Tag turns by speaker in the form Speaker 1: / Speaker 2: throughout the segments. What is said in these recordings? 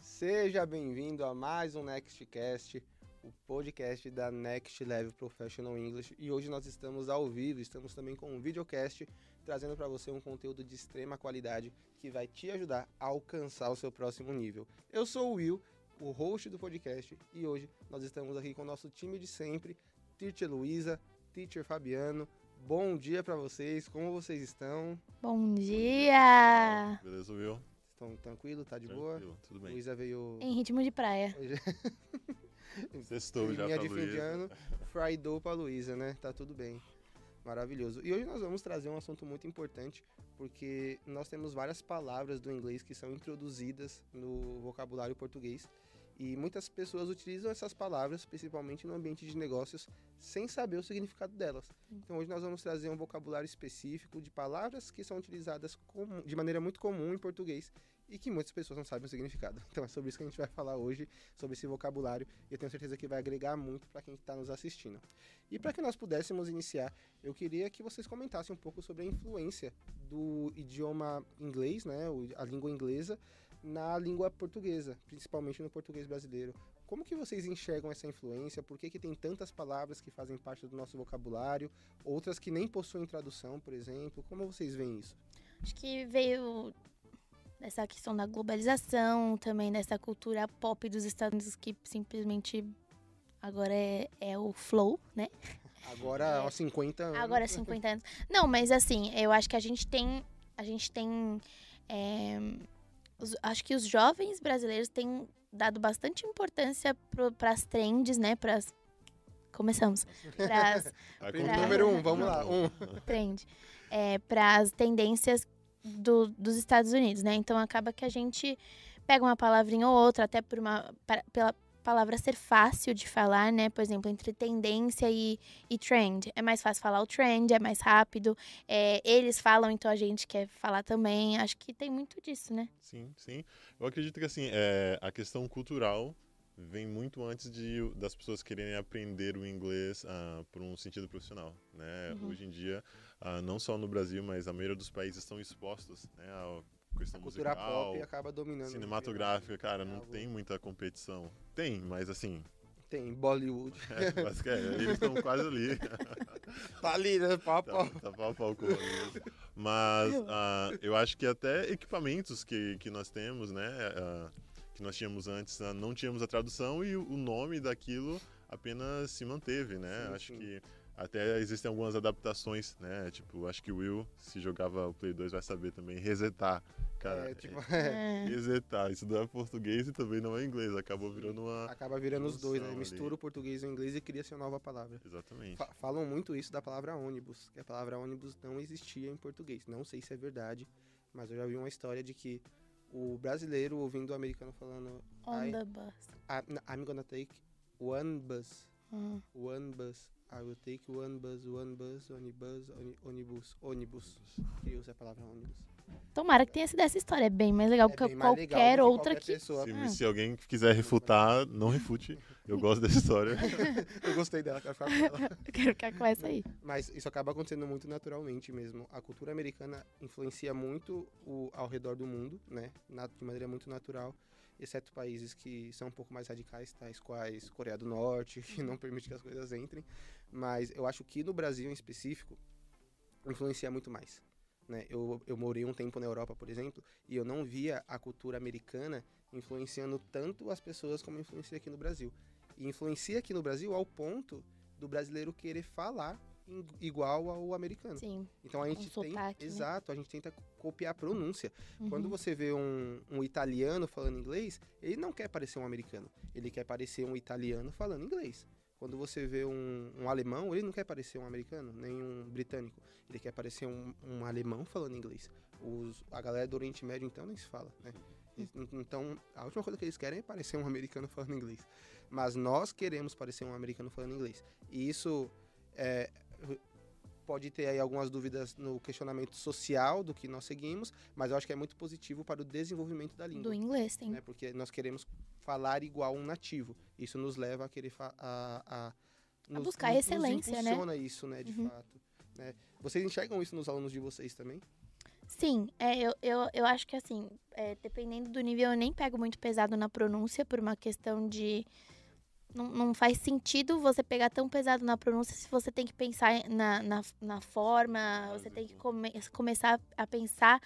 Speaker 1: Seja bem-vindo a mais um Nextcast, o podcast da Next Level Professional English. E hoje nós estamos ao vivo, estamos também com um videocast trazendo para você um conteúdo de extrema qualidade que vai te ajudar a alcançar o seu próximo nível. Eu sou o Will, o host do podcast, e hoje nós estamos aqui com o nosso time de sempre, Teacher Luísa, Teacher Fabiano. Bom dia para vocês, como vocês estão?
Speaker 2: Bom dia!
Speaker 3: Beleza, Will?
Speaker 1: Estão tranquilo? Tá de boa?
Speaker 3: Tranquilo, tudo bem.
Speaker 1: Luísa veio
Speaker 2: Em ritmo de praia.
Speaker 3: Sextou já tá
Speaker 1: Minha
Speaker 3: pra
Speaker 1: de fim de
Speaker 3: Luísa.
Speaker 1: ano, Friday pra Luísa, né? Tá tudo bem. Maravilhoso. E hoje nós vamos trazer um assunto muito importante, porque nós temos várias palavras do inglês que são introduzidas no vocabulário português. E muitas pessoas utilizam essas palavras, principalmente no ambiente de negócios, sem saber o significado delas. Então hoje nós vamos trazer um vocabulário específico de palavras que são utilizadas comum- de maneira muito comum em português e que muitas pessoas não sabem o significado. Então é sobre isso que a gente vai falar hoje, sobre esse vocabulário, e eu tenho certeza que vai agregar muito para quem está nos assistindo. E para que nós pudéssemos iniciar, eu queria que vocês comentassem um pouco sobre a influência do idioma inglês, né, o- a língua inglesa, na língua portuguesa, principalmente no português brasileiro. Como que vocês enxergam essa influência? Por que, que tem tantas palavras que fazem parte do nosso vocabulário, outras que nem possuem tradução, por exemplo? Como vocês veem isso?
Speaker 2: Acho que veio dessa questão da globalização, também dessa cultura pop dos Estados Unidos que simplesmente agora é, é o flow, né?
Speaker 1: Agora, aos 50 anos...
Speaker 2: Agora 50 anos. Não, mas assim, eu acho que a gente tem. A gente tem. é, os- acho que os jovens brasileiros têm dado bastante importância para as trends, né? Pras, começamos. Pras,
Speaker 3: Vai
Speaker 2: Pergunta
Speaker 3: contar.
Speaker 2: número
Speaker 1: um, vamos lá, um.
Speaker 2: trend para é, as tendências do- dos Estados Unidos, né? Então acaba que a gente pega uma palavrinha ou outra, até por uma para- pela palavra ser fácil de falar, né? Por exemplo, entre tendência e, e trend. É mais fácil falar o trend, é mais rápido. é, eles falam, então a gente quer falar também. Acho que tem muito disso, né?
Speaker 3: Sim, sim. Eu acredito que assim, é, a questão cultural vem muito antes de das pessoas quererem aprender o inglês ah, por um sentido profissional, né?
Speaker 2: Uhum.
Speaker 3: Hoje em dia, ah, não só no Brasil, mas a maioria dos países estão expostos, né, à
Speaker 1: A
Speaker 3: questão
Speaker 1: cultura
Speaker 3: musical,
Speaker 1: pop acaba dominando.
Speaker 3: cinematográfica, cara,
Speaker 1: É
Speaker 3: não
Speaker 1: algo-
Speaker 3: tem muita competição. Tem, mas assim,
Speaker 1: Tem Bollywood.
Speaker 3: é, mas, cara, eles estão quase ali.
Speaker 1: Tá ali, né? Papo.
Speaker 3: Tá, tá pau a pau com o Rodrigo. Mas ah, eu acho que até equipamentos que, que nós temos, né? ah, que nós tínhamos antes, ah, não tínhamos a tradução e o o nome daquilo apenas se manteve, né?
Speaker 1: Sim,
Speaker 3: acho
Speaker 1: sim.
Speaker 3: que até existem algumas adaptações, né? Tipo, acho que o Will, se jogava o Play 2, vai saber também resetar. Cara,
Speaker 1: É, tipo, é,
Speaker 2: É.
Speaker 3: resetar. Isso não é português e também não é inglês. Acabou virando uma.
Speaker 1: acaba virando os dois, né?
Speaker 3: Noção
Speaker 1: Mistura
Speaker 3: ali.
Speaker 1: o português e o inglês e cria-se uma nova palavra.
Speaker 3: Exatamente.
Speaker 1: Fa- falam muito isso da palavra ônibus, que a palavra ônibus não existia em português. Não sei se é verdade, mas eu já vi uma história de que o brasileiro ouvindo o americano falando
Speaker 2: On the bus.
Speaker 1: "I'm I'm gonna take one bus,
Speaker 2: Hum.
Speaker 1: one bus, I will take one bus, one bus, onibus, oni- ônibus, ônibus. Criou-se a palavra ônibus.
Speaker 2: Tomara que tenha sido essa história. É bem mais legal
Speaker 1: É
Speaker 2: que
Speaker 1: bem mais legal
Speaker 2: qualquer
Speaker 1: do que
Speaker 2: outra
Speaker 1: qualquer
Speaker 2: que.
Speaker 1: pessoa.
Speaker 3: Se,
Speaker 2: Ah.
Speaker 3: se alguém quiser refutar, não refute. Eu gosto dessa história.
Speaker 1: Eu gostei dela, quero ficar com ela.
Speaker 2: Eu quero ficar com essa aí.
Speaker 1: Mas isso acaba acontecendo muito naturalmente mesmo. A cultura americana influencia muito o, ao redor do mundo, né? Na- de maneira muito natural, exceto países que são um pouco mais radicais, tais quais Coreia do Norte, que não permite que as coisas entrem. Mas eu acho que no Brasil em específico, influencia muito mais. Né? Eu, eu morei um tempo na Europa, por exemplo, e eu não via a cultura americana influenciando tanto as pessoas como influencia aqui no Brasil. E influencia aqui no Brasil ao ponto do brasileiro querer falar em- igual ao americano.
Speaker 2: Sim.
Speaker 1: Então a gente tem,
Speaker 2: sotaque, né?
Speaker 1: exato, a gente tenta copiar a pronúncia.
Speaker 2: Uhum.
Speaker 1: Quando você vê um, um italiano falando inglês, ele não quer parecer um americano, ele quer parecer um italiano falando inglês. Quando você vê um, um alemão, ele não quer parecer um americano, nem um britânico, ele quer parecer um, um alemão falando inglês. Os, a galera do Oriente Médio então nem se fala, né? Eles- Então, a última coisa que eles querem é parecer um americano falando inglês. Mas nós queremos parecer um americano falando inglês. E isso é, pode ter aí algumas dúvidas no questionamento social do que nós seguimos, mas eu acho que é muito positivo para o desenvolvimento da língua.
Speaker 2: Uhum. Do inglês, tem.
Speaker 1: né? Porque nós queremos falar igual um nativo. Isso nos leva a querer fa- a, a, nos-
Speaker 2: buscar
Speaker 1: nos-
Speaker 2: excelência,
Speaker 1: nos
Speaker 2: né?
Speaker 1: impulsiona isso, né, de
Speaker 2: Uhum.
Speaker 1: fato. né? Vocês enxergam isso nos alunos de vocês também?
Speaker 2: Sim, é, eu, eu, eu acho que assim, é, dependendo do nível, eu nem pego muito pesado na pronúncia por uma questão de. Não, não faz sentido você pegar tão pesado na pronúncia se você tem que pensar na, na, na forma, você tem que come, começar a pensar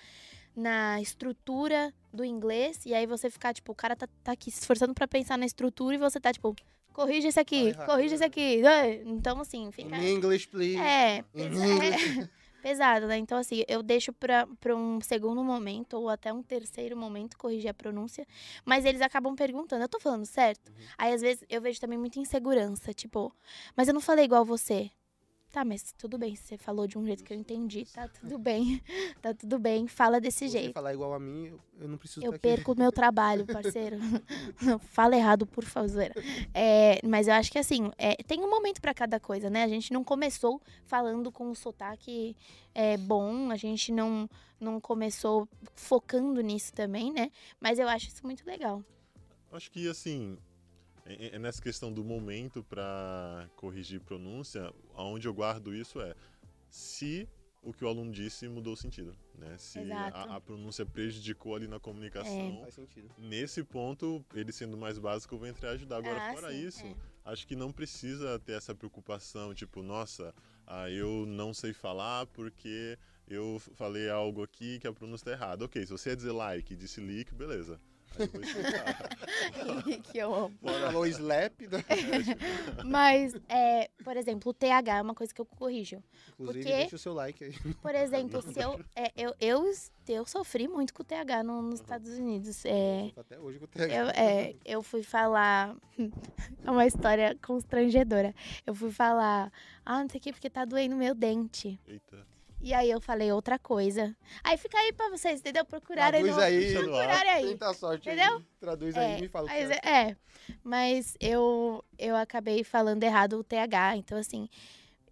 Speaker 2: na estrutura do inglês, e aí você ficar, tipo, o cara tá, tá aqui se esforçando pra pensar na estrutura e você tá, tipo, corrija isso
Speaker 1: Fala
Speaker 2: aqui,
Speaker 1: errado,
Speaker 2: corrija
Speaker 1: né?
Speaker 2: isso aqui. ai. Então, assim,
Speaker 1: In
Speaker 2: fica.
Speaker 1: English, please.
Speaker 2: É,
Speaker 1: In
Speaker 2: pesa- é, pesado, né? Então, assim, eu deixo pra, pra um segundo momento ou até um terceiro momento corrigir a pronúncia, mas eles acabam perguntando, eu tô falando certo? Aí, às vezes, eu vejo também muita insegurança, tipo, mas eu não falei igual você. Tá, mas tudo bem, você falou de um jeito que eu entendi, tá tudo bem, tá tudo bem, fala desse
Speaker 1: Se você
Speaker 2: jeito.
Speaker 1: falar igual a mim, eu, eu não preciso
Speaker 2: Eu
Speaker 1: tá
Speaker 2: perco o meu trabalho, parceiro. Não, Fala errado, por favor. É, mas eu acho que assim, é, tem um momento pra cada coisa, né? A gente não começou falando com um sotaque é, bom, a gente não, não começou focando nisso também, né? Mas eu acho isso muito legal.
Speaker 3: Acho que assim, é- é nessa questão do momento para corrigir pronúncia, aonde eu guardo isso é se o que o aluno disse mudou o sentido, né? Se
Speaker 2: Exato. É.
Speaker 3: a, a pronúncia prejudicou ali na
Speaker 1: aqui.
Speaker 3: comunicação.
Speaker 1: Faz sentido.
Speaker 3: Nesse ponto, ele sendo mais básico, eu vou entrar e ajudar. Agora,
Speaker 2: Ah,
Speaker 3: fora
Speaker 2: sim,
Speaker 3: isso,
Speaker 2: é.
Speaker 3: acho que não precisa ter essa preocupação, tipo, nossa, ah, eu não sei falar porque eu falei algo aqui que a pronúncia tá errada. Ok, se você ia dizer like, disse leak, beleza. Aí eu vou explicar.
Speaker 2: que eu amo.
Speaker 1: Falou slap, né?
Speaker 2: É, Mas, é, por exemplo, o TH é uma coisa que eu corrijo.
Speaker 1: Inclusive,
Speaker 2: Porque-
Speaker 1: deixa o seu like aí.
Speaker 2: Por exemplo, se eu, é, eu, eu, eu sofri muito com o TH no- nos Estados Unidos. É,
Speaker 1: Até hoje eu tenho.
Speaker 2: Eu, é, eu fui falar. É uma história constrangedora. Eu fui falar, ah, não sei o que, porque tá doendo meu dente.
Speaker 3: Eita.
Speaker 2: E aí eu falei outra coisa. Aí fica aí pra vocês, entendeu? Procurarem
Speaker 1: Traduz
Speaker 2: no-
Speaker 1: aí.
Speaker 2: procurarem aí.
Speaker 1: Tenta a sorte
Speaker 2: Entendeu?
Speaker 1: aí. Traduz
Speaker 2: É,
Speaker 1: aí e me fala o que
Speaker 2: Mas,
Speaker 1: você acha.
Speaker 2: é, mas eu, eu acabei falando errado o TH. Então, assim,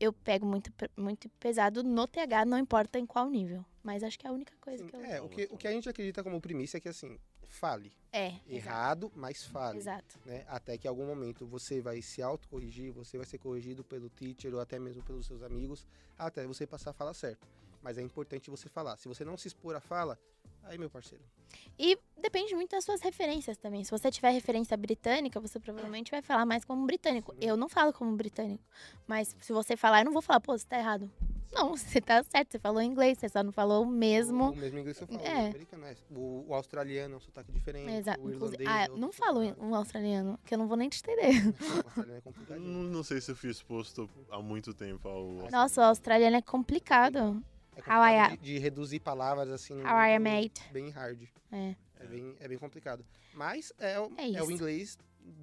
Speaker 2: eu pego muito, pe- muito pesado no TH, não importa em qual nível. Mas acho que é a única coisa
Speaker 1: Sim,
Speaker 2: que eu.
Speaker 1: É, o que, o que a gente acredita como premissa é que assim, fale.
Speaker 2: É.
Speaker 1: Errado, mas fale.
Speaker 2: Exato.
Speaker 1: né? Até que em algum momento você vai se autocorrigir, você vai ser corrigido pelo teacher ou até mesmo pelos seus amigos, até você passar a fala certa. Mas é importante você falar. Se você não se expor à fala, aí meu parceiro.
Speaker 2: E depende muito das suas referências também. Se você tiver referência britânica, você provavelmente vai falar mais como um britânico. Eu não falo como um britânico. Mas se você falar, eu não vou falar, pô, você tá errado. Não, você tá certo, você falou inglês, você só não falou o
Speaker 1: O,
Speaker 2: mesmo.
Speaker 1: o mesmo inglês que eu falo,
Speaker 2: É.
Speaker 1: o americano é. O, o australiano é um sotaque diferente.
Speaker 2: Exato.
Speaker 1: O irlandês.
Speaker 2: Ah,
Speaker 1: é outro
Speaker 2: não falo
Speaker 1: sotaque.
Speaker 2: um australiano, que eu não vou nem te entender.
Speaker 1: O australiano é
Speaker 3: Eu
Speaker 1: complicadinho.
Speaker 3: Não, não sei se eu fui exposto há muito tempo ao.
Speaker 2: Nossa, o australiano é complicado.
Speaker 1: É
Speaker 2: How I
Speaker 1: complicado
Speaker 2: am.
Speaker 1: de, de reduzir palavras assim. num
Speaker 2: How I am
Speaker 1: nível
Speaker 2: made.
Speaker 1: Bem hard.
Speaker 2: É.
Speaker 1: É bem, é bem complicado. Mas é, o-
Speaker 2: É
Speaker 1: é
Speaker 2: isso.
Speaker 1: o inglês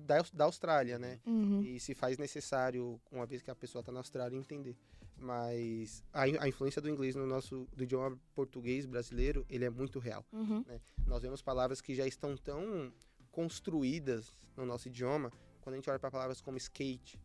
Speaker 1: da, Aus- da Austrália, né?
Speaker 2: Uhum.
Speaker 1: E se faz necessário, uma vez que a pessoa está na Austrália, entender. Mas a, in- a influência do inglês no nosso do idioma português brasileiro, ele é muito real.
Speaker 2: Uhum.
Speaker 1: Nós vemos palavras que já estão tão construídas no nosso idioma, quando a gente olha para palavras como skate,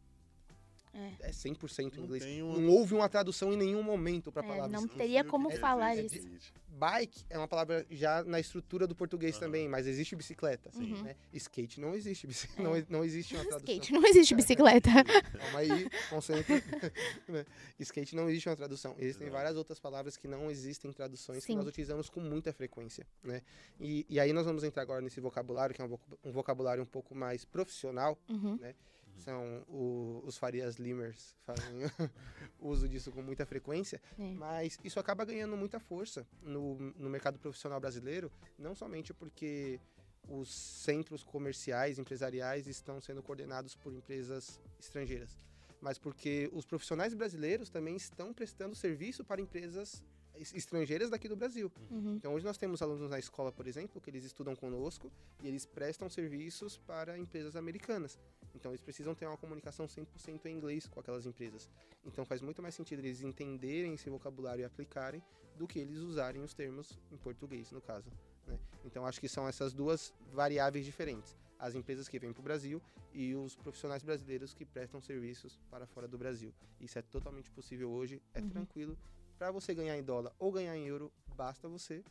Speaker 1: é 100%
Speaker 3: Não
Speaker 1: inglês.
Speaker 3: tem
Speaker 1: Não,
Speaker 3: um-
Speaker 1: houve uma tradução em nenhum momento para a
Speaker 2: É,
Speaker 1: palavra
Speaker 2: não
Speaker 1: skate.
Speaker 2: teria
Speaker 3: sei o
Speaker 2: como
Speaker 3: que é quer
Speaker 2: falar
Speaker 3: dizer
Speaker 2: isso.
Speaker 3: skate.
Speaker 1: Bike é uma palavra já na estrutura do português
Speaker 3: Aham.
Speaker 1: também, mas existe bicicleta.
Speaker 3: Sim.
Speaker 2: Uhum.
Speaker 1: Né? Skate não existe, bici- não, não existe uma tradução.
Speaker 2: É. Skate, não existe bicicleta.
Speaker 1: Calma aí, concentra. né? Skate não existe uma tradução. Existem
Speaker 3: Exato.
Speaker 1: várias outras palavras que não existem traduções
Speaker 2: Sim.
Speaker 1: que nós utilizamos com muita frequência, né? E, e aí nós vamos entrar agora nesse vocabulário, que é um vocu- um vocabulário um pouco mais profissional.
Speaker 2: Uhum.
Speaker 1: São o- os Farias Limers fazem uso disso com muita frequência.
Speaker 2: É.
Speaker 1: Mas isso acaba ganhando muita força no, no mercado profissional brasileiro, não somente porque os centros comerciais, empresariais estão sendo coordenados por empresas estrangeiras, mas porque os profissionais brasileiros também estão prestando serviço para empresas es- estrangeiras daqui do Brasil.
Speaker 2: Uhum.
Speaker 1: Então hoje nós temos alunos na escola, por exemplo, que eles estudam conosco e eles prestam serviços para empresas americanas. Então eles precisam ter uma comunicação 100% em inglês com aquelas empresas. Então faz muito mais sentido eles entenderem esse vocabulário e aplicarem do que eles usarem os termos em português, no caso. né? Então acho que são essas duas variáveis diferentes. As empresas que vêm para o Brasil e os profissionais brasileiros que prestam serviços para fora do Brasil. Isso é totalmente possível hoje, é
Speaker 2: Uhum.
Speaker 1: tranquilo. Para você ganhar em dólar ou ganhar em euro, basta você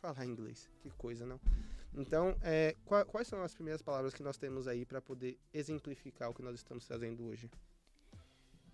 Speaker 1: falar inglês. Que coisa, não? Então, é, qua- quais são as primeiras palavras que nós temos aí para poder exemplificar o que nós estamos trazendo hoje?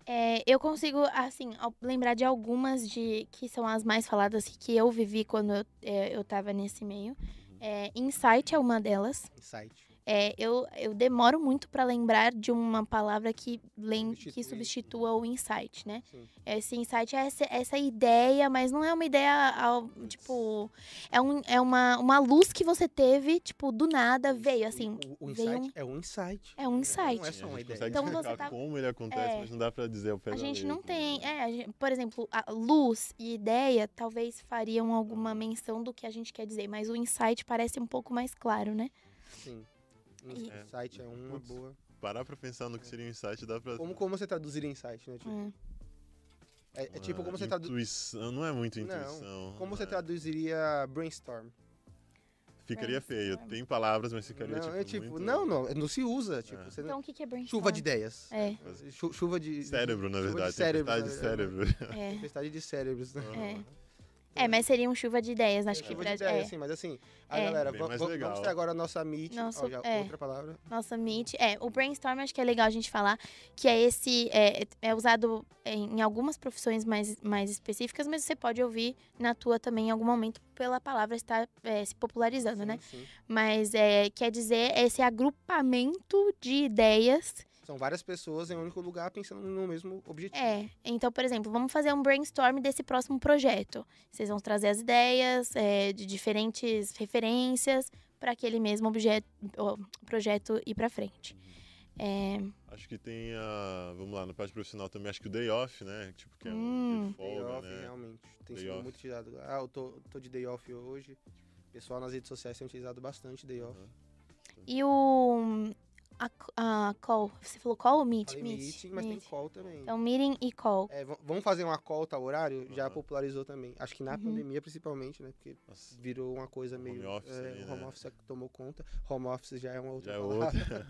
Speaker 2: É, eu consigo, assim, ao- lembrar de algumas de que são as mais faladas que eu vivi quando eu, é, eu tava nesse meio. É, insight é uma delas.
Speaker 1: Insight.
Speaker 2: É, eu, eu demoro muito para lembrar de uma palavra que, lem que
Speaker 1: Substitui.
Speaker 2: substitua o insight, né?
Speaker 1: Sim.
Speaker 2: Esse insight é essa, essa ideia, mas não é uma ideia, ao- tipo... É, um, é uma, uma luz que você teve, tipo, do nada, veio, assim...
Speaker 1: O, o
Speaker 2: veio
Speaker 1: insight é um insight.
Speaker 2: É um insight.
Speaker 1: Não é só
Speaker 3: a
Speaker 1: uma
Speaker 3: gente
Speaker 1: ideia.
Speaker 3: consegue
Speaker 2: Então você
Speaker 3: explicar
Speaker 2: tá-
Speaker 3: como ele acontece,
Speaker 2: É.
Speaker 3: mas não dá pra dizer o pé
Speaker 2: A
Speaker 3: da
Speaker 2: gente
Speaker 3: letra,
Speaker 2: não tem...
Speaker 3: né?
Speaker 2: É, a gen- por exemplo, a luz e ideia talvez fariam alguma menção do que a gente quer dizer, mas o insight parece um pouco mais claro, né?
Speaker 1: Sim.
Speaker 2: E-
Speaker 1: Um insight é uma
Speaker 3: Putz.
Speaker 1: boa.
Speaker 3: Parar pra pensar no que seria um insight dá pra.
Speaker 1: Como, como você traduzir insight, né? Tipo,
Speaker 2: Hum.
Speaker 1: é, é tipo
Speaker 3: Ah,
Speaker 1: como você traduz.
Speaker 3: Intuição. Não é muito
Speaker 1: Não.
Speaker 3: intuição.
Speaker 1: Como
Speaker 3: né?
Speaker 1: você tá- traduziria brainstorm?
Speaker 3: Ficaria
Speaker 2: É,
Speaker 3: feio.
Speaker 2: Brainstorm.
Speaker 3: Tem palavras, mas ficaria
Speaker 1: não,
Speaker 3: tipo.
Speaker 1: é tipo,
Speaker 3: muito-
Speaker 1: não, não, não se usa. Tipo,
Speaker 3: É.
Speaker 1: você não-
Speaker 2: Então o que que é brainstorm?
Speaker 1: Chuva de ideias.
Speaker 2: É,
Speaker 1: Chu- Chuva de.
Speaker 3: Cérebro,
Speaker 1: chuva
Speaker 3: na
Speaker 1: Tipo de
Speaker 3: verdade.
Speaker 1: cérebro, né? na
Speaker 3: Tempestade de
Speaker 1: verdade.
Speaker 3: cérebro. Ah.
Speaker 2: é.
Speaker 1: Tempestade de cérebros, né?
Speaker 2: É. É, mas seria um chuva de ideias, acho que
Speaker 1: Chuva
Speaker 2: pra-
Speaker 1: de ideia,
Speaker 2: é.
Speaker 1: assim, mas assim, a
Speaker 2: É.
Speaker 1: galera,
Speaker 3: Bem
Speaker 1: va-
Speaker 3: mais
Speaker 1: va-
Speaker 3: legal.
Speaker 1: vamos ter agora a nossa meet,
Speaker 2: Nossa,
Speaker 1: ó, já
Speaker 2: é.
Speaker 1: outra palavra.
Speaker 2: Nossa, Meet. É, o brainstorm acho que é legal a gente falar que é esse. É, é usado em algumas profissões mais, mais específicas, mas você pode ouvir na tua também em algum momento pela palavra estar é, se popularizando, né?
Speaker 1: Sim, sim.
Speaker 2: Mas é, quer dizer esse agrupamento de ideias.
Speaker 1: São várias pessoas em um único lugar pensando no mesmo objetivo.
Speaker 2: É. Então, por exemplo, vamos fazer um brainstorm desse próximo projeto. Vocês vão trazer as ideias é, de diferentes referências para aquele mesmo objeto, ó, projeto ir para frente. É,
Speaker 3: Acho que tem a. Vamos lá, na parte profissional também, acho que o day off, né? Tipo, que é um
Speaker 2: Hum.
Speaker 3: dia de folga,
Speaker 1: day off,
Speaker 3: né?
Speaker 1: realmente. Tem
Speaker 3: Day
Speaker 1: sido
Speaker 3: off.
Speaker 1: muito tirado. Ah, eu tô, tô de day off hoje. O pessoal nas redes sociais tem utilizado bastante é um day off.
Speaker 3: Uhum.
Speaker 2: E o. A, a call. Você falou call ou meet?
Speaker 1: Falei
Speaker 2: meet,
Speaker 1: meeting, mas
Speaker 2: meet.
Speaker 1: tem um call também.
Speaker 2: Então, meeting e call.
Speaker 1: É, va- vamos fazer uma call tal horário? Já
Speaker 3: Aham.
Speaker 1: popularizou também. Acho que na
Speaker 2: Uhum.
Speaker 1: pandemia, principalmente, né? Porque
Speaker 3: Nossa,
Speaker 1: virou uma coisa
Speaker 3: Home
Speaker 1: meio.
Speaker 3: office
Speaker 1: é,
Speaker 3: aí,
Speaker 1: o home
Speaker 3: né?
Speaker 1: office é que tomou conta. Home office já é uma outra
Speaker 3: já é
Speaker 1: palavra.
Speaker 3: outra.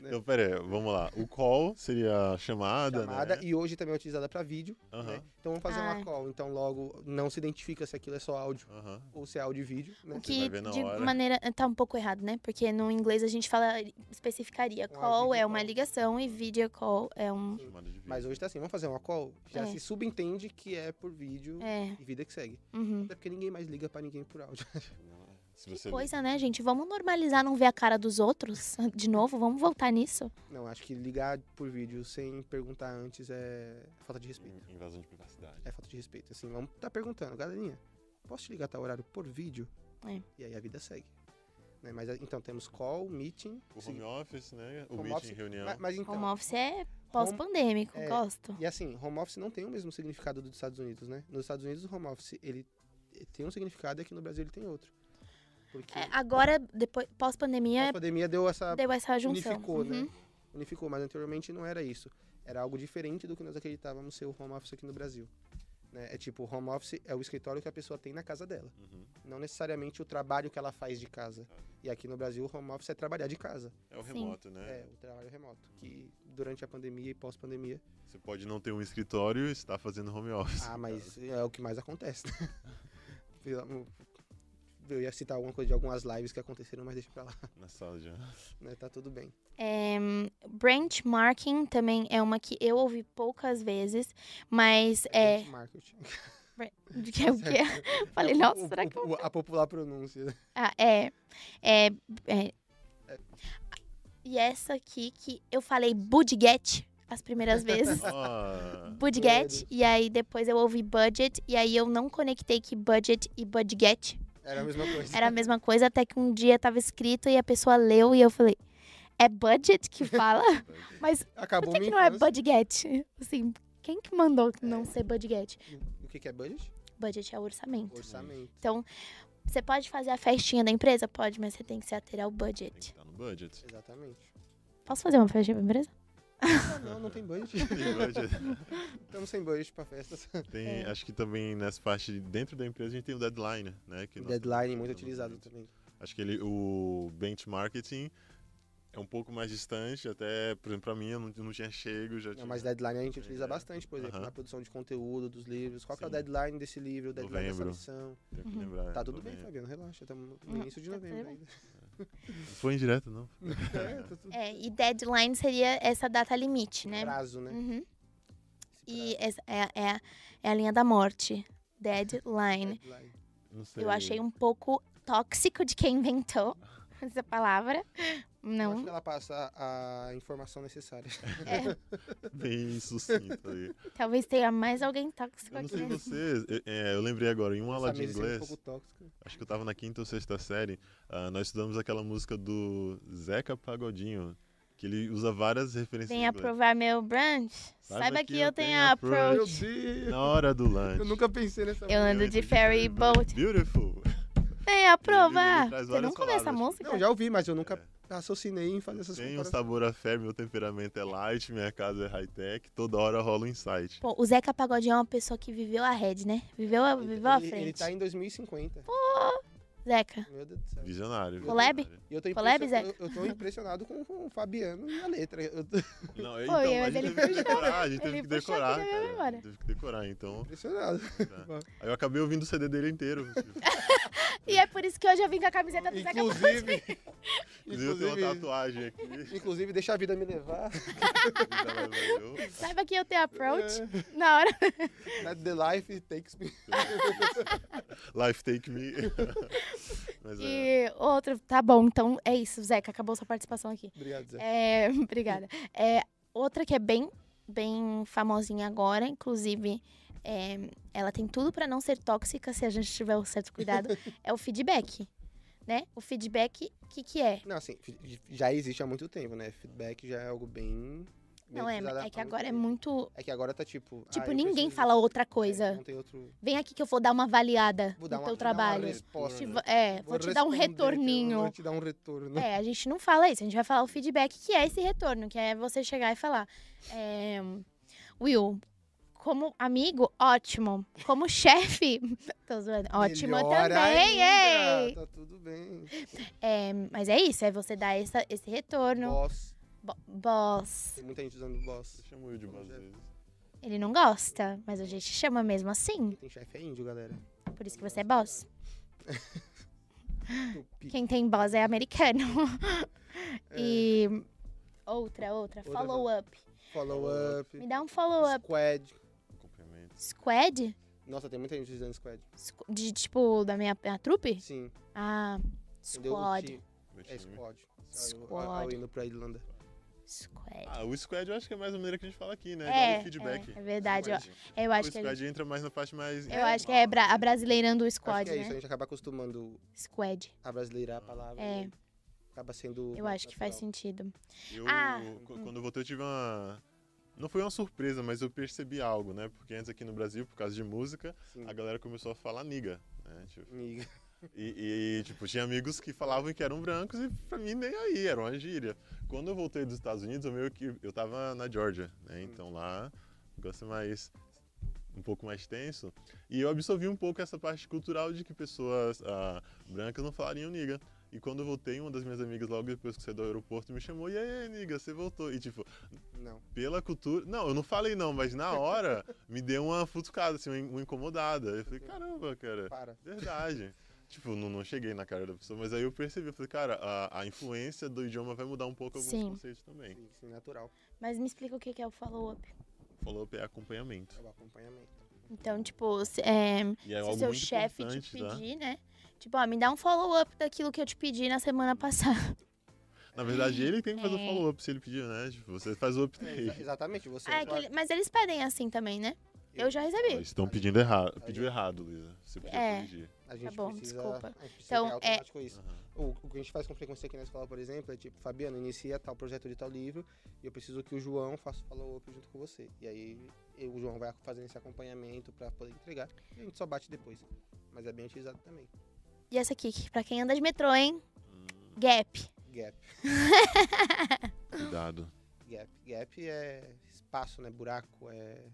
Speaker 1: né?
Speaker 3: então, pera aí, vamos lá. O call seria a chamada,
Speaker 1: chamada
Speaker 3: né?
Speaker 1: e hoje também é utilizada para vídeo.
Speaker 3: Aham,
Speaker 1: né? Então vamos fazer
Speaker 2: Ah.
Speaker 1: uma call. Então logo não se identifica se aquilo é só áudio
Speaker 3: aham.
Speaker 1: ou se é áudio e vídeo. Né?
Speaker 2: O
Speaker 3: Você vai
Speaker 2: que
Speaker 3: ver na
Speaker 2: de
Speaker 3: hora.
Speaker 2: maneira. Tá um pouco errado, né? Porque no inglês a gente fala. especificaria.
Speaker 1: Um
Speaker 2: Call é
Speaker 1: video
Speaker 2: uma
Speaker 1: call.
Speaker 2: ligação e video call é um.
Speaker 3: Chamada de vídeo.
Speaker 1: Mas hoje tá assim, vamos fazer uma call? Já
Speaker 2: É.
Speaker 1: se subentende que é por vídeo
Speaker 2: É.
Speaker 1: e vida que segue.
Speaker 2: uhum.
Speaker 1: Até porque ninguém mais liga pra ninguém por áudio.
Speaker 3: Se
Speaker 2: Que
Speaker 3: você-
Speaker 2: coisa, né, gente? Vamos normalizar não ver a cara dos outros de novo? Vamos voltar nisso?
Speaker 1: Não, acho que ligar por vídeo sem perguntar antes é falta de respeito.
Speaker 3: Invasão de privacidade.
Speaker 1: É falta de respeito. Assim, vamos tá perguntando, galerinha, posso te ligar tal horário por vídeo?
Speaker 2: É.
Speaker 1: E aí a vida segue. Né? Mas então temos call, meeting.
Speaker 3: O
Speaker 1: se-
Speaker 3: home office, né? O
Speaker 1: Home
Speaker 3: meeting,
Speaker 1: office,
Speaker 3: reunião.
Speaker 1: mas, mas então,
Speaker 2: Home office é pós-pandêmico,
Speaker 1: é.
Speaker 2: gosto.
Speaker 1: E assim, home office não tem o mesmo significado dos Estados Unidos, né? Nos Estados Unidos, o home office, ele tem um significado e aqui no Brasil ele tem outro. Porque
Speaker 2: É, agora, depois, pós-pandemia,
Speaker 1: a pandemia deu essa...
Speaker 2: deu essa junção.
Speaker 1: unificou,
Speaker 2: Uhum.
Speaker 1: né? Unificou, mas anteriormente não era isso. Era algo diferente do que nós acreditávamos ser o home office aqui no Brasil. né? É tipo, o home office é o escritório que a pessoa tem na casa dela.
Speaker 3: Uhum.
Speaker 1: Não necessariamente o trabalho que ela faz de casa. E aqui no Brasil, o home office é trabalhar de casa.
Speaker 3: É o
Speaker 2: Sim.
Speaker 3: remoto,
Speaker 1: É,
Speaker 3: né?
Speaker 1: o trabalho remoto. Que durante a pandemia e pós-pandemia...
Speaker 3: Você pode não ter um escritório e estar fazendo home office.
Speaker 1: Ah, mas é o que mais acontece, né? Pelo amor- Eu ia citar alguma coisa de algumas lives que aconteceram, mas deixa pra lá,
Speaker 3: Na sala já.
Speaker 1: né? Tá tudo bem.
Speaker 2: É, Branchmarking também é uma que eu ouvi poucas vezes, mas é.
Speaker 1: Gente, Marketing.
Speaker 2: de que é o quê? Eu Falei,
Speaker 1: O-
Speaker 2: nossa,
Speaker 1: o-
Speaker 2: será que. eu-
Speaker 1: o- A popular pronúncia. né?
Speaker 2: Ah, é, é, é. E essa aqui que eu falei budget as primeiras vezes.
Speaker 3: Ah,
Speaker 2: Budget, e aí depois eu ouvi budget, e aí eu não conectei que budget e budget
Speaker 1: Era a mesma coisa.
Speaker 2: era a mesma coisa, até que um dia tava escrito e a pessoa leu e eu falei, é budget que fala? Mas
Speaker 1: Acabou
Speaker 2: Por que,
Speaker 1: minha
Speaker 2: que não é
Speaker 1: infância. É.
Speaker 2: budget? Assim, quem que mandou não ser budget?
Speaker 1: O que, que é budget?
Speaker 2: Budget é orçamento. Então,
Speaker 1: Orçamento.
Speaker 2: Você pode fazer a festinha da empresa? Pode, mas você tem que se ater ao
Speaker 3: tem que
Speaker 2: budget.
Speaker 3: estar no budget.
Speaker 1: Exatamente.
Speaker 2: Posso fazer uma festinha pra empresa?
Speaker 1: Ah, não, não tem budget. É.
Speaker 3: Tem budget.
Speaker 1: Estamos sem budget pra festas.
Speaker 3: Tem- acho que também nessa parte de dentro da empresa a gente tem o deadline, né? Que nós
Speaker 1: Deadline
Speaker 3: estamos
Speaker 1: muito
Speaker 3: usando
Speaker 1: utilizado
Speaker 3: muito.
Speaker 1: também.
Speaker 3: Acho que ele, o benchmarking é um pouco mais distante, até, por exemplo, pra mim eu não, não tinha chego, já tinha
Speaker 1: Não, mas deadline a gente utiliza
Speaker 3: É.
Speaker 1: bastante, por exemplo,
Speaker 3: Aham.
Speaker 1: na produção de conteúdo dos livros. Qual que é o
Speaker 3: Sim.
Speaker 1: deadline desse livro, o deadline
Speaker 3: Novembro. É,
Speaker 1: dessa missão?
Speaker 3: tenho
Speaker 2: Uhum.
Speaker 3: que lembrar.
Speaker 1: Tá tudo
Speaker 3: tô
Speaker 1: bem, Fabiano, relaxa. Estamos no
Speaker 2: Não,
Speaker 1: início de
Speaker 2: tá
Speaker 1: novembro
Speaker 2: tudo
Speaker 1: ainda.
Speaker 3: Não foi indireto, não.
Speaker 1: É, tá tudo
Speaker 2: É, e deadline seria essa data limite, né?
Speaker 1: Prazo, né?
Speaker 2: Uhum. e essa é, é, é a linha da morte. Deadline.
Speaker 1: Deadline.
Speaker 3: Não sei.
Speaker 2: Eu achei um pouco tóxico de quem inventou essa palavra.
Speaker 1: Eu Acho
Speaker 2: Não.
Speaker 1: que ela passa a informação necessária.
Speaker 2: um-
Speaker 3: bem sucinto ali.
Speaker 2: Talvez tenha mais alguém tóxico
Speaker 3: tá Eu não
Speaker 2: aqui.
Speaker 3: sei
Speaker 2: né?
Speaker 3: vocês, eu, é, eu lembrei agora, em uma aula
Speaker 1: Essa
Speaker 3: de
Speaker 1: mesa é um
Speaker 3: inglês,
Speaker 1: pouco tóxica.
Speaker 3: acho que eu tava na quinta ou sexta série, ah, nós estudamos aquela música do Zeca Pagodinho, que ele usa várias referências em
Speaker 2: Venha
Speaker 3: inglês.
Speaker 2: provar meu brunch. Saiba, que, eu tenho
Speaker 1: Meu
Speaker 2: approach.
Speaker 1: Deus!
Speaker 3: Na hora do lanche.
Speaker 1: Eu nunca pensei nessa
Speaker 2: Eu
Speaker 1: música.
Speaker 2: ando de ferry boat.
Speaker 3: Beautiful.
Speaker 2: Venha
Speaker 3: ele
Speaker 2: provar.
Speaker 3: traz
Speaker 2: Você
Speaker 3: várias
Speaker 2: nunca ouviu essa
Speaker 3: palavras.
Speaker 2: música?
Speaker 1: Não, já ouvi, mas eu nunca raciocinei em fazer essas
Speaker 3: É. Tem um
Speaker 1: comparações.
Speaker 3: sabor a fé, meu temperamento é light, minha casa é high-tech, toda hora rola um insight.
Speaker 2: Pô, o Zeca Pagodinho é uma pessoa que viveu a rede, né? Viveu a, viveu a
Speaker 1: ele,
Speaker 2: frente.
Speaker 1: ele tá em 2050.
Speaker 2: Zeca.
Speaker 1: Meu Deus do céu.
Speaker 3: Visionário.
Speaker 2: Collab?
Speaker 3: visionário.
Speaker 1: E eu tô,
Speaker 2: Collab,
Speaker 1: impression-
Speaker 2: Zeca?
Speaker 1: eu, eu tô impressionado com, com o Fabiano e a letra. Eu tô
Speaker 3: Não, então,
Speaker 2: mas
Speaker 3: a gente
Speaker 2: ele
Speaker 3: teve que
Speaker 2: puxou-
Speaker 3: decorar, a gente
Speaker 2: ele
Speaker 3: teve que
Speaker 2: puxou aqui
Speaker 3: decorar,
Speaker 2: da minha
Speaker 3: cara. A
Speaker 2: memória.
Speaker 3: gente teve que decorar, então.
Speaker 1: impressionado.
Speaker 3: Aí eu acabei ouvindo o CD dele inteiro. tipo.
Speaker 2: E é por isso que hoje eu vim com a camiseta do Zeca Pagodinho.
Speaker 1: Inclusive,
Speaker 3: Inclusive, eu tenho uma
Speaker 1: inclusive,
Speaker 3: tatuagem aqui. tá
Speaker 1: inclusive, deixa a vida me levar.
Speaker 2: Saiba que eu tenho approach.
Speaker 1: É.
Speaker 2: Na hora.
Speaker 1: That the life takes me.
Speaker 3: Life Take Me. Mas é.
Speaker 2: E outro. Tá bom, então é isso, Zeca. Acabou sua participação aqui.
Speaker 1: Obrigado, Zé.
Speaker 2: É, obrigada. É, outra que é bem, bem famosinha agora, inclusive, é, ela tem tudo pra não ser tóxica se a gente tiver um certo cuidado, é o feedback, né? O feedback, o que que é?
Speaker 1: Não, assim, f- já existe há muito tempo, né? Feedback já é algo bem. bem
Speaker 2: Não é,
Speaker 1: utilizado
Speaker 2: é que
Speaker 1: há
Speaker 2: agora é
Speaker 1: tempo.
Speaker 2: muito,
Speaker 1: É que agora tá tipo. ah,
Speaker 2: tipo,
Speaker 1: né? eu
Speaker 2: ninguém
Speaker 1: preciso-
Speaker 2: fala outra
Speaker 1: É,
Speaker 2: coisa.
Speaker 1: não tem outro.
Speaker 2: Vem aqui que eu vou dar uma avaliada
Speaker 1: Vou
Speaker 2: no
Speaker 1: dar uma, vou
Speaker 2: teu
Speaker 1: dar uma
Speaker 2: trabalho.
Speaker 1: resposta.
Speaker 2: Te va- é, vou, te dar um
Speaker 1: né? responder, que eu Vou
Speaker 2: retorninho.
Speaker 1: te dar um retorno.
Speaker 2: É, a gente não fala isso, a gente vai falar o feedback, que é esse retorno, que é você chegar e falar. é, Will, como amigo, ótimo. Como chefe, tô zoando, ótimo
Speaker 1: Melhor
Speaker 2: também,
Speaker 1: ainda,
Speaker 2: ei!
Speaker 1: Tá tudo bem.
Speaker 2: É, mas é isso, é você dar essa- esse retorno.
Speaker 1: Boss.
Speaker 2: Bo- boss,
Speaker 1: Tem muita gente usando boss.
Speaker 3: Você chamou eu de umas
Speaker 1: Vamos ver.
Speaker 3: vezes. Um
Speaker 2: ele não gosta, mas a gente chama mesmo assim,
Speaker 1: Tem chefe é índio, galera.
Speaker 2: por isso que você é boss.
Speaker 1: Tupi.
Speaker 2: Quem tem boss é americano. E outra, outra,
Speaker 1: É. Outra
Speaker 2: follow-up.
Speaker 1: Follow up.
Speaker 2: Me dá um follow-up.
Speaker 1: Squad.
Speaker 3: Cumprimento.
Speaker 2: Squad?
Speaker 1: Nossa, tem muita gente usando squad.
Speaker 2: Squ- De, tipo, da minha, minha trupe?
Speaker 1: Sim.
Speaker 2: Ah,
Speaker 1: entendeu? O
Speaker 2: squad.
Speaker 1: ti-
Speaker 3: Meu
Speaker 1: É
Speaker 3: time.
Speaker 1: squad.
Speaker 2: Squad.
Speaker 1: Squad. indo pra Irlanda.
Speaker 2: Squad.
Speaker 3: Ah, o Squad eu acho que é mais a maneira que a gente fala aqui, né?
Speaker 2: É,
Speaker 3: Igual o feedback.
Speaker 2: é, é verdade, ó.
Speaker 3: Squad.
Speaker 2: Eu acho
Speaker 3: o
Speaker 2: que, a gente-
Speaker 3: Squad entra mais na parte mais.
Speaker 2: eu acho que é bra a brasileirando o
Speaker 1: Acho
Speaker 2: squad,
Speaker 1: que é isso, a
Speaker 2: né?
Speaker 1: gente acaba acostumando
Speaker 2: Squad.
Speaker 1: a brasileirar a palavra.
Speaker 2: É.
Speaker 1: e Acaba sendo.
Speaker 2: Eu acho que faz
Speaker 1: natural.
Speaker 2: sentido.
Speaker 3: Eu,
Speaker 2: Ah.
Speaker 3: qu- quando eu voltei, eu tive uma. Não foi uma surpresa, mas eu percebi algo, né? Porque antes aqui no Brasil, por causa de música,
Speaker 1: Sim.
Speaker 3: a galera começou a falar niga, né? Tipo,
Speaker 1: Amiga.
Speaker 3: E, e, tipo, tinha amigos que falavam que eram brancos e pra mim nem aí, era uma gíria. Quando eu voltei dos Estados Unidos, eu meio que. Eu tava na Georgia, né? Então lá o negócio é mais. um pouco mais tenso. E eu absorvi um pouco essa parte cultural de que pessoas ah, brancas não falariam niga. E quando eu voltei, uma das minhas amigas, logo depois que saiu do aeroporto, me chamou, e aí, niga, você voltou? E tipo,
Speaker 1: Não.
Speaker 3: pela cultura. Não, eu não falei não, mas na hora me deu uma futucada, assim, uma in- uma incomodada. Eu falei, caramba, cara.
Speaker 1: Para.
Speaker 3: Verdade. tipo, não, não cheguei na cara da pessoa, mas aí eu percebi, eu falei, cara, a, a influência do idioma vai mudar um pouco alguns
Speaker 2: Sim.
Speaker 3: conceitos também.
Speaker 1: Sim, sim, natural.
Speaker 2: Mas me explica o que que é o follow-up.
Speaker 3: Falou é acompanhamento.
Speaker 1: É o acompanhamento.
Speaker 2: Então, tipo, se, é,
Speaker 3: E é
Speaker 2: se
Speaker 3: algo
Speaker 2: seu
Speaker 3: muito
Speaker 2: chefe te
Speaker 3: importante, tá?
Speaker 2: pedir, né? Tipo, ó, me dá um follow-up daquilo que eu te pedi na semana
Speaker 1: Hum,
Speaker 2: passada.
Speaker 3: Na verdade, ele tem que fazer o
Speaker 2: É.
Speaker 3: follow-up se ele pedir, né? Tipo, você faz
Speaker 1: É,
Speaker 3: o
Speaker 1: exa-
Speaker 3: update.
Speaker 1: exatamente, você.
Speaker 2: Ah, é que ele- mas eles pedem assim também, né? Eu já recebi.
Speaker 3: Eles Ah, estão pedindo errado.
Speaker 1: Aí.
Speaker 3: Pediu errado, Luísa. Você podia
Speaker 2: É.
Speaker 3: corrigir.
Speaker 1: A gente
Speaker 2: bom,
Speaker 1: precisa,
Speaker 2: desculpa.
Speaker 1: A gente precisa
Speaker 2: Então,
Speaker 1: então, é
Speaker 2: é-
Speaker 1: automático isso.
Speaker 3: Aham.
Speaker 1: O, o que a gente faz com frequência aqui na escola, por exemplo, é tipo, Fabiano, inicia tal projeto de tal livro e eu preciso que o João faça o follow-up junto com você. E aí eu- o João vai fazendo esse acompanhamento pra poder entregar e a gente só bate depois. Mas é bem utilizado também.
Speaker 2: E essa aqui, que pra quem anda de metrô, hein?
Speaker 3: Hum,
Speaker 2: Gap.
Speaker 1: Gap.
Speaker 3: cuidado.
Speaker 1: Gap. Gap é espaço, né? Buraco, é.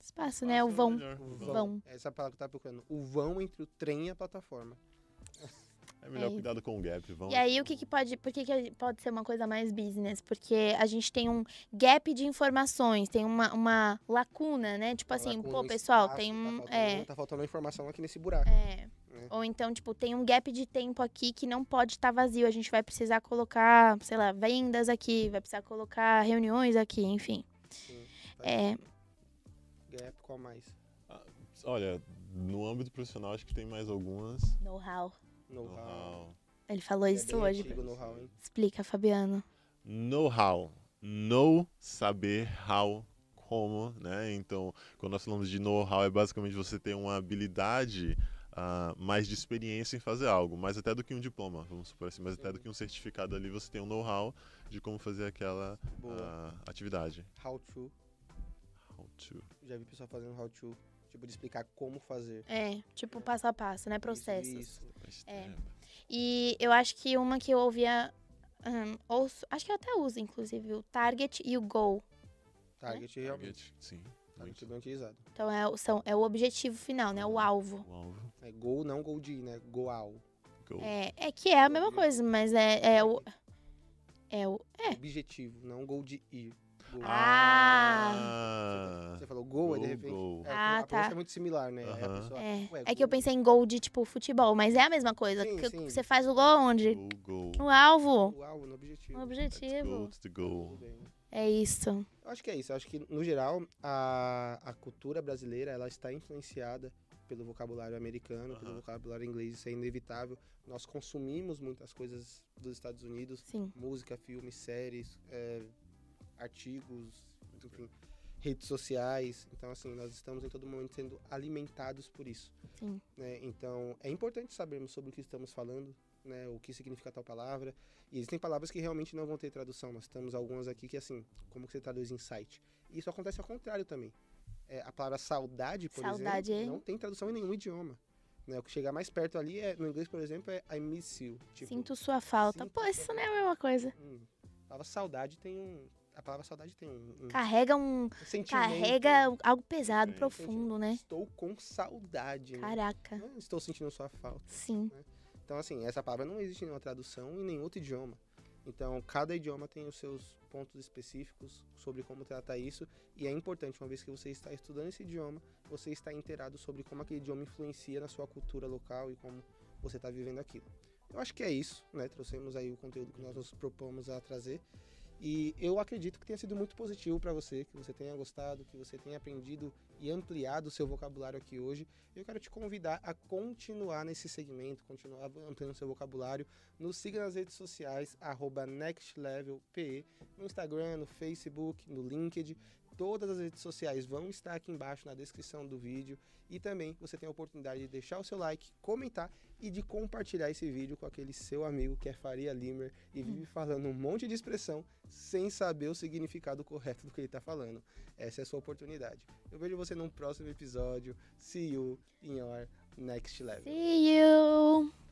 Speaker 2: Espaço, né? O
Speaker 3: Faça
Speaker 2: vão.
Speaker 3: melhor.
Speaker 1: O
Speaker 2: Vão.
Speaker 1: vão. Essa é a palavra que eu tava procurando. O vão entre o trem e a plataforma.
Speaker 2: Tipo
Speaker 3: É melhor
Speaker 2: É.
Speaker 3: cuidado com o gap. Vão.
Speaker 2: E aí, o que, que pode. Por que, que pode ser uma coisa mais business? Porque a gente tem um gap de informações, tem uma, uma lacuna, né? Tipo assim,
Speaker 1: Lacuna,
Speaker 2: pô,
Speaker 1: um
Speaker 2: pessoal,
Speaker 1: espaço,
Speaker 2: tem um.
Speaker 1: Tá faltando,
Speaker 2: É,
Speaker 1: tá faltando informação aqui nesse buraco.
Speaker 2: é.
Speaker 1: né?
Speaker 2: Ou então, tipo, tem um gap de tempo aqui que não pode estar vazio. A gente vai precisar colocar, sei lá, vendas aqui, vai precisar colocar reuniões aqui, enfim.
Speaker 1: Sim.
Speaker 2: É,
Speaker 1: gap, qual mais?
Speaker 3: Olha, no âmbito profissional acho que tem mais algumas.
Speaker 2: Know-how.
Speaker 1: Know-how. é
Speaker 2: Ele falou isso hoje.
Speaker 1: Antigo, know-how, hein?
Speaker 2: Explica, Fabiano.
Speaker 3: Know-how. Know saber how como, né? Então, quando nós falamos de know-how, é basicamente você ter uma habilidade ah, mais de experiência em fazer algo, mais até do que um diploma, vamos supor assim, mais até do que um certificado ali, você tem um know-how de como fazer aquela
Speaker 1: Boa.
Speaker 3: ah, atividade.
Speaker 1: How to.
Speaker 3: How to.
Speaker 1: Já vi pessoal fazendo how to. Tipo, de explicar como fazer.
Speaker 2: É, tipo passo a passo, né? Processos.
Speaker 1: Isso, isso.
Speaker 2: É. E eu acho que uma que eu ouvia, hum, ouço, acho que eu até uso, inclusive, o target e o goal.
Speaker 1: Target realmente.
Speaker 3: Target, sim.
Speaker 1: Target
Speaker 3: Muito.
Speaker 1: bem utilizado.
Speaker 2: Então é, o- são, é o objetivo final, né? O alvo.
Speaker 3: O alvo.
Speaker 1: É goal, não goal de, né? Goal.
Speaker 3: Go.
Speaker 2: É, é que é a mesma coisa, mas é, é o. É o. É.
Speaker 1: Objetivo, não goal de ir. Goal.
Speaker 2: Ah!
Speaker 3: Ah!
Speaker 1: Você falou goal, aí de
Speaker 3: Go,
Speaker 1: repente.
Speaker 3: go.
Speaker 1: É,
Speaker 2: Ah,
Speaker 1: a pronúncia
Speaker 2: tá.
Speaker 1: é muito similar, né? Aí a
Speaker 3: Aham.
Speaker 1: pessoa, ué,
Speaker 2: É, é que
Speaker 1: goal.
Speaker 2: eu pensei em gol de tipo futebol, mas é a mesma coisa.
Speaker 1: Sim,
Speaker 2: que
Speaker 1: sim.
Speaker 2: Você faz o gol onde?
Speaker 3: Go, go.
Speaker 2: No alvo.
Speaker 1: Uau, no
Speaker 2: No
Speaker 1: objetivo.
Speaker 3: Let's go
Speaker 1: é
Speaker 2: objetivo.
Speaker 3: to the
Speaker 1: Tudo
Speaker 3: goal.
Speaker 1: bem.
Speaker 2: É isso.
Speaker 1: Eu acho que é isso. Eu acho que, no geral, a, a cultura brasileira ela está influenciada pelo vocabulário americano, pelo
Speaker 3: Aham.
Speaker 1: vocabulário inglês. Isso é inevitável. Nós consumimos muitas coisas dos Estados Unidos.
Speaker 2: Sim.
Speaker 1: Música, filmes, séries, é, artigos, enfim, redes sociais. Então, assim, nós estamos em todo momento sendo alimentados por isso.
Speaker 2: Sim.
Speaker 1: né? Então, é importante sabermos sobre o que estamos falando, né? O que significa tal palavra. E existem palavras que realmente não vão ter tradução. Nós temos algumas aqui que, assim, como que você traduz insight? E isso acontece ao contrário também. É, a palavra saudade, por
Speaker 2: Saudade, hein?
Speaker 1: exemplo, não tem tradução em nenhum idioma. né? O que chega mais perto ali, é, no inglês, por exemplo, é I miss you. Tipo,
Speaker 2: Sinto sua falta.
Speaker 1: sinto
Speaker 2: Pô,
Speaker 1: sua
Speaker 2: isso não é a mesma coisa.
Speaker 1: hum, a palavra saudade tem um... A palavra saudade tem um, um
Speaker 2: Carrega um.
Speaker 1: sentimento. né? É,
Speaker 2: Carrega algo pesado,
Speaker 3: Sim.
Speaker 2: profundo, né?
Speaker 1: Estou com saudade. né?
Speaker 2: Caraca.
Speaker 1: Não Estou sentindo sua falta.
Speaker 2: Sim.
Speaker 1: Então, assim, essa palavra não existe em nenhuma tradução em nenhum outro idioma. Então, cada idioma tem os seus pontos específicos sobre como tratar isso, e é importante, uma vez que você está estudando esse idioma, você está inteirado sobre como aquele idioma influencia na sua cultura local e como você está vivendo aquilo. Eu acho que é isso, né? Trouxemos aí o conteúdo que nós nos propomos a trazer. E eu acredito que tenha sido muito positivo para você, que você tenha gostado, que você tenha aprendido e ampliado o seu vocabulário aqui hoje. Eu quero te convidar a continuar nesse segmento, continuar ampliando seu vocabulário. Nos siga nas redes sociais, arroba nextlevelpe, no Instagram, no Facebook, no LinkedIn. Todas as redes sociais vão estar aqui embaixo na descrição do vídeo. E também você tem a oportunidade de deixar o seu like, comentar e de compartilhar esse vídeo com aquele seu amigo que é Faria Limer e vive falando um monte de expressão sem saber o significado correto do que ele está falando. Essa é a sua oportunidade. Eu vejo você num próximo episódio. See you in your next level.
Speaker 2: See you.